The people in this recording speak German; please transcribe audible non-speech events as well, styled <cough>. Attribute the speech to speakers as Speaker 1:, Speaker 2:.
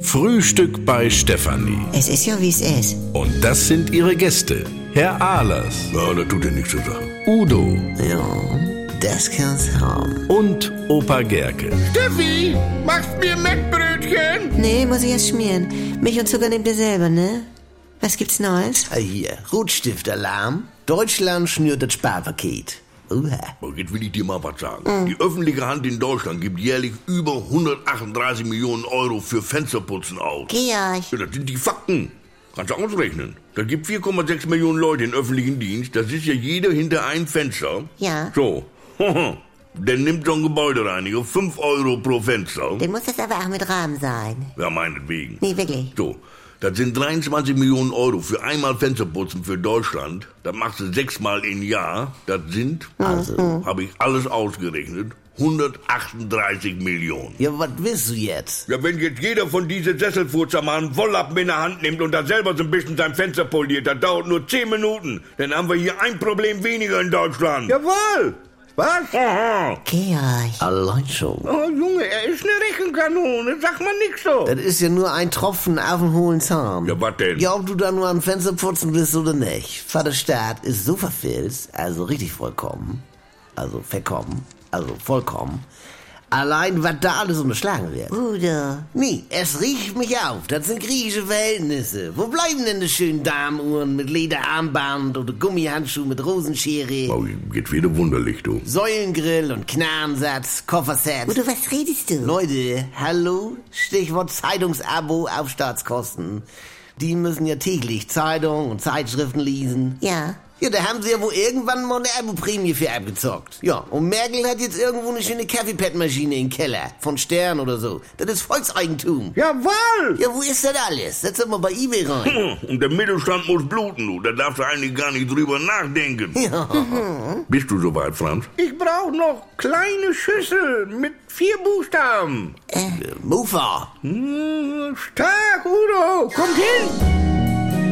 Speaker 1: Frühstück bei Stefanie.
Speaker 2: Es ist ja, wie es ist.
Speaker 1: Und das sind ihre Gäste. Herr Ahlers,
Speaker 3: Ja, das tut dir nichts zu sagen.
Speaker 1: Udo
Speaker 2: Ja, das kann's haben.
Speaker 1: und Opa Gerke.
Speaker 4: Steffi, machst mir Mettbrötchen?
Speaker 2: Nee, muss ich erst schmieren. Milch und Zucker nehmt ihr selber, ne? Was gibt's Neues?
Speaker 5: Ah, Hier, Rotstiftalarm. Deutschland schnürt das Sparpaket. Uha.
Speaker 3: Aber Oh, jetzt will ich dir mal was sagen. Die öffentliche Hand in Deutschland gibt jährlich über 138 Millionen Euro für Fensterputzen aus.
Speaker 2: Georg.
Speaker 3: Ja, das sind die Fakten. Kannst du ausrechnen. Da gibt 4,6 Millionen Leute in öffentlichen Dienst. Das ist ja jeder hinter ein Fenster.
Speaker 2: Ja.
Speaker 3: So. <laughs> Dann nimmt so ein Gebäudereiniger 5 Euro pro Fenster.
Speaker 2: Dann muss das aber auch mit Rahmen sein.
Speaker 3: Ja, meinetwegen.
Speaker 2: Nee, wirklich.
Speaker 3: So. Das sind 23 Millionen Euro für einmal Fensterputzen für Deutschland. Das machst du sechsmal im Jahr. Das sind, also, habe ich alles ausgerechnet, 138 Millionen.
Speaker 5: Ja, was willst du jetzt?
Speaker 3: Ja, wenn jetzt jeder von diesen Sesselfurzer mal einen Wolllappen in der Hand nimmt und da selber so ein bisschen sein Fenster poliert, das dauert nur 10 Minuten, dann haben wir hier ein Problem weniger in Deutschland.
Speaker 4: Jawohl. Was?
Speaker 3: Aha.
Speaker 2: Georg.
Speaker 5: Allein schon.
Speaker 4: Oh, Junge, er ist eine Rechenkanone. Sag mal nix so.
Speaker 3: Äh,
Speaker 5: Das ist ja nur ein Tropfen auf den hohlen Zahn.
Speaker 3: Ja, was denn?
Speaker 5: Ja, ob du da nur am Fenster putzen bist oder nicht. Vaterstaat ist so verfilzt, also richtig vollkommen. Also verkommen. Also vollkommen. Allein, was da alles unterschlagen wird.
Speaker 2: Udo.
Speaker 5: Nee, es riecht mich auf. Das sind griechische Verhältnisse. Wo bleiben denn die schönen Damenuhren mit Lederarmband oder Gummihandschuh mit Rosenschere?
Speaker 3: Oh, jetzt wieder wunderlich, du. <clears throat>
Speaker 5: Säulengrill und Knarrensatz, Kofferset.
Speaker 2: Udo, was redest du?
Speaker 5: Leute, hallo? Stichwort Zeitungsabo auf Staatskosten. Die müssen ja täglich Zeitungen und Zeitschriften lesen.
Speaker 2: Ja.
Speaker 5: Ja, da haben sie ja wohl irgendwann mal eine Erbeprämie für abgezockt. Ja, und Merkel hat jetzt irgendwo eine schöne Kaffeepadmaschine im Keller. Von Stern oder so. Das ist Volkseigentum.
Speaker 4: Jawohl.
Speaker 5: Ja, wo ist das alles? Setz doch mal bei eBay
Speaker 3: <laughs>
Speaker 5: rein.
Speaker 3: Und der Mittelstand muss bluten, du. Da darfst du eigentlich gar nicht drüber nachdenken. Bist du soweit, Franz?
Speaker 4: Hm. Ich brauch noch kleine Schüssel mit vier Buchstaben.
Speaker 2: äh.
Speaker 5: Mufa.
Speaker 4: Hm, stark, Udo. Kommt hin.